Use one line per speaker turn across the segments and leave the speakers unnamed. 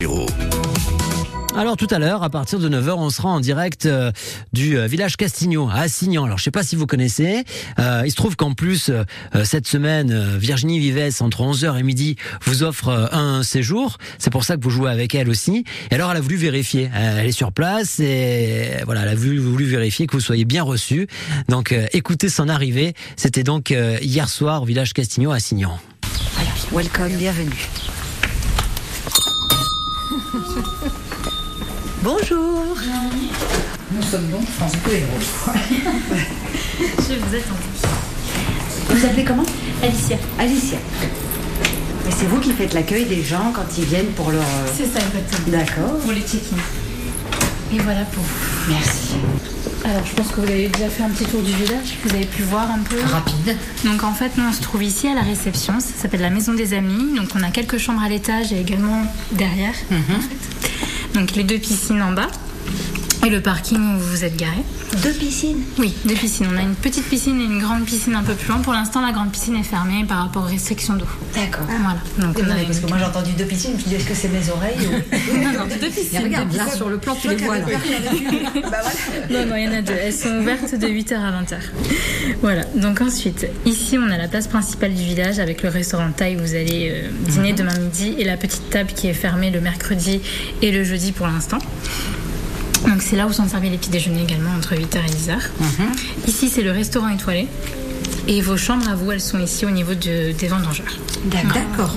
0.
Alors tout à l'heure, à partir de 9h, on sera en direct euh, du euh, village Castigno à Assignan. Alors je sais pas si vous connaissez, euh, il se trouve qu'en plus euh, euh, cette semaine, euh, Virginie Vives entre 11h et midi vous offre euh, un séjour. C'est pour ça que vous jouez avec elle aussi. Et alors elle a voulu vérifier, Euh, elle est sur place et euh, voilà, elle a voulu, voulu vérifier que vous soyez bien reçus. Donc euh, écoutez son arrivée. C'était donc euh, hier soir au village Castigno à Assignan.
Voilà, welcome, bienvenue. Bonjour.
Nous sommes donc France Bleu Héros.
Je vous attends.
Vous appelez comment
Alicia.
Alicia. Et c'est vous qui faites l'accueil des gens quand ils viennent pour leur. euh,
C'est ça exactement.
D'accord.
Pour les check-in. Et voilà pour vous.
Merci.
Alors je pense que vous avez déjà fait un petit tour du village, vous avez pu voir un peu.
Rapide.
Donc en fait nous on se trouve ici à la réception, ça s'appelle la maison des amis. Donc on a quelques chambres à l'étage et également derrière. en fait. Donc les deux piscines en bas. Et le parking où vous êtes garé.
Deux piscines.
Oui, deux piscines. On a une petite piscine et une grande piscine un peu plus loin. Pour l'instant, la grande piscine est fermée par rapport aux restrictions d'eau.
D'accord.
Voilà. Donc on a
Parce que
une-
moi j'ai entendu deux piscines, je me suis dit est-ce que c'est mes oreilles ou...
deux piscines.
Regarde, là sur le plan, tu les vois.
Non, non, il y en a deux. Elles sont ouvertes de 8h à 20h. Voilà. Donc ensuite, ici, on a la place principale du village avec le restaurant Thaï où vous allez euh, dîner demain midi et la petite table qui est fermée le mercredi et le jeudi pour l'instant. Donc c'est là où sont servis les petits déjeuners également entre 8h et 10h.
Mhm.
Ici, c'est le restaurant étoilé. Et vos chambres, à vous, elles sont ici au niveau de- des vendangeurs.
D'accord.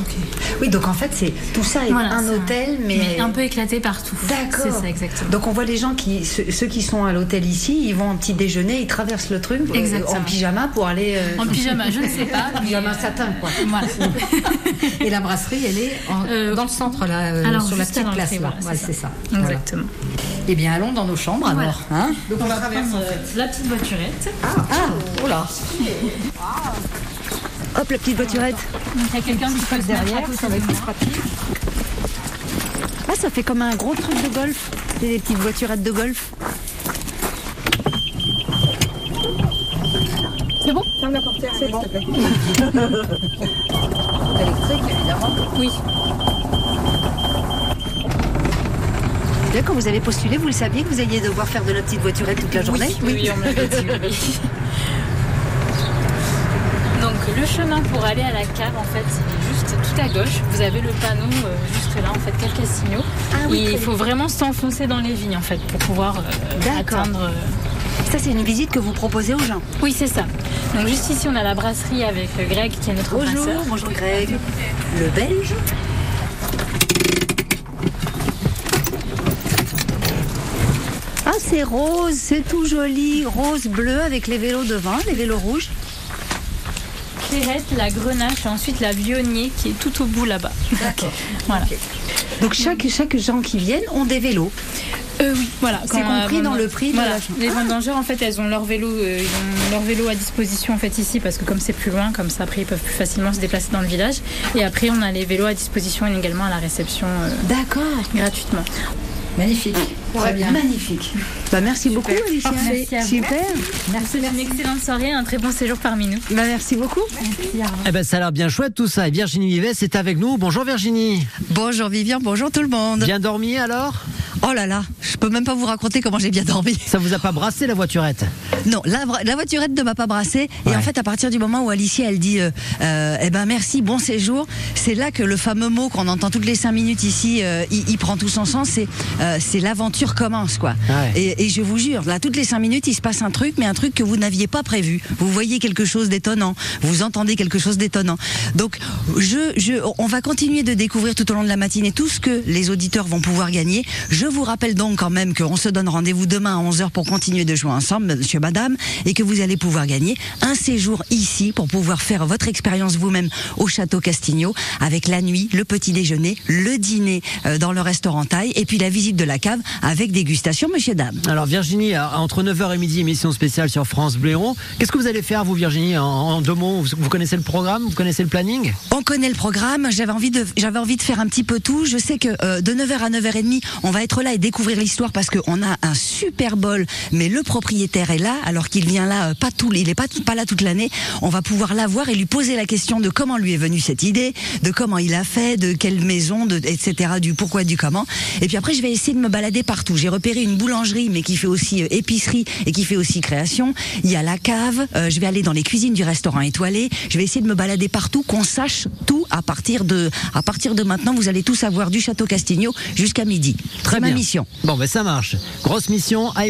Oui, donc en fait, c'est tout Ah, ça est
Voilà,
un
c'est
hôtel, mais,
un peu éclaté partout.
D'accord.
C'est ça, exactement.
Donc on voit les gens qui, ceux ceux qui sont à l'hôtel ici, ils vont en petit déjeuner, ils traversent le truc euh,
Exactement.
en pyjama pour aller. euh,
En pyjama, je ne sais pas. mais,
Pyjama
euh,
satin, quoi.
Voilà.
Et la brasserie, elle est en-
Euh,
dans le centre, là, euh,
alors,
sur la
juste à
petite
l'entrée,
place. là.
voilà,
Voilà,
c'est
c'est ça. Voilà.
Exactement.
Eh bien, allons dans nos chambres alors. hein.
on va prendre euh, la petite voiturette.
ah, oh là.
Hop, la petite voiturette.
Donc, il y a quelqu'un qui passe derrière.
Ah, ça fait comme un gros truc de golf. C'est des petites voiturettes de golf.
Oui.
Là, quand vous avez postulé, vous le saviez que vous alliez devoir faire de la petite voiturette toute la journée
Oui, oui, on me l'avait dit, oui. Donc le chemin pour aller à la cave en fait il est juste tout à gauche. Vous avez le panneau euh, juste là en fait quelques signaux.
Ah oui, très
il faut vraiment s'enfoncer dans les vignes en fait pour pouvoir euh,
D'accord.
atteindre. euh,
Ça, c'est une visite que vous proposez aux gens.
Oui c'est ça. Donc juste ici on a la brasserie avec euh, Greg qui est notre
Bonjour,
brasseur.
bonjour Greg. Le belge Ah, c'est rose, c'est tout joli. Rose bleu avec les vélos devant, les vélos rouges.
Clairette, la grenache et ensuite la vionnier qui est tout au bout là-bas. D'accord. voilà.
Donc, chaque, chaque gens qui viennent ont des vélos.
Euh, oui, voilà.
C'est
Quand, euh,
compris
vendang-
dans le prix de
Voilà.
la- Ah.
Les vendangeurs, en fait, elles ont leur vélo, euh, ils ont leur vélo à disposition en fait ici parce que comme c'est plus loin, comme ça après ils peuvent plus facilement se déplacer dans le village. Et après, on a les vélos à disposition également à la réception euh,
D'accord.
gratuitement.
Magnifique. Très bien.
Magnifique. Bah, merci beaucoup, Alicia.
Parfait. Merci à vous.
Super.
Merci. Une excellente soirée, un très bon séjour parmi nous.
Bah, merci beaucoup.
Eh ben ça a l'air bien chouette tout ça. Et Virginie Vives est avec nous. Bonjour Virginie.
Bonjour Vivian, bonjour tout le monde.
Bien dormi alors
Oh là là, je peux même pas vous raconter comment j'ai bien dormi.
Ça vous a pas brassé la voiturette
Non, la, vra- la voiturette ne m'a pas brassé.
Ouais.
Et en fait, à partir du moment où Alicia, elle dit, euh, euh, eh ben merci, bon séjour, c'est là que le fameux mot qu'on entend toutes les cinq minutes ici, euh, il il prend tout son sens. C'est, euh, c'est l'aventure commence quoi.
Ouais.
Et, et je vous jure, là, toutes les cinq minutes, il se passe un truc, mais un truc que vous n'aviez pas prévu. Vous voyez quelque chose d'étonnant, vous entendez quelque chose d'étonnant. Donc, je, je, on va continuer de découvrir tout au long de la matinée tout ce que les auditeurs vont pouvoir gagner. Je vous rappelle donc quand même qu'on se donne rendez-vous demain à 11h pour continuer de jouer ensemble, monsieur, madame, et que vous allez pouvoir gagner un séjour ici pour pouvoir faire votre expérience vous-même au château Castigno avec la nuit, le petit déjeuner, le dîner euh, dans le restaurant Taille et puis la visite de la cave avec dégustation, monsieur, dame.
Alors Virginie, à- entre 9h et midi, émission spéciale sur France Bléron. Qu'est-ce que vous allez faire vous Virginie en, en deux mots vous, vous connaissez le programme Vous connaissez le planning
On connaît le programme, j'avais envie de j'avais envie de faire un petit peu tout. Je sais que euh, de 9h à 9h30, on va être être là et découvrir l'histoire parce qu'on a un super bol, mais le propriétaire est là, alors qu'il vient là euh, pas tout, il est pas, pas là toute l'année. On va pouvoir l'avoir et lui poser la question de comment lui est venue cette idée, de comment il a fait, de quelle maison, de, etc., du pourquoi, du comment. Et puis après, je vais essayer de me balader partout. J'ai repéré une boulangerie, mais qui fait aussi euh, épicerie et qui fait aussi création. Il y a la cave. euh, je vais aller dans les cuisines du restaurant étoilé. Je vais essayer de me balader partout, qu'on sache tout à partir de, à partir de maintenant. Vous allez tout savoir du château Castigno jusqu'à midi.
Très
C'est ma
bien.
mission.
Bon, ben ça marche. Grosse mission, high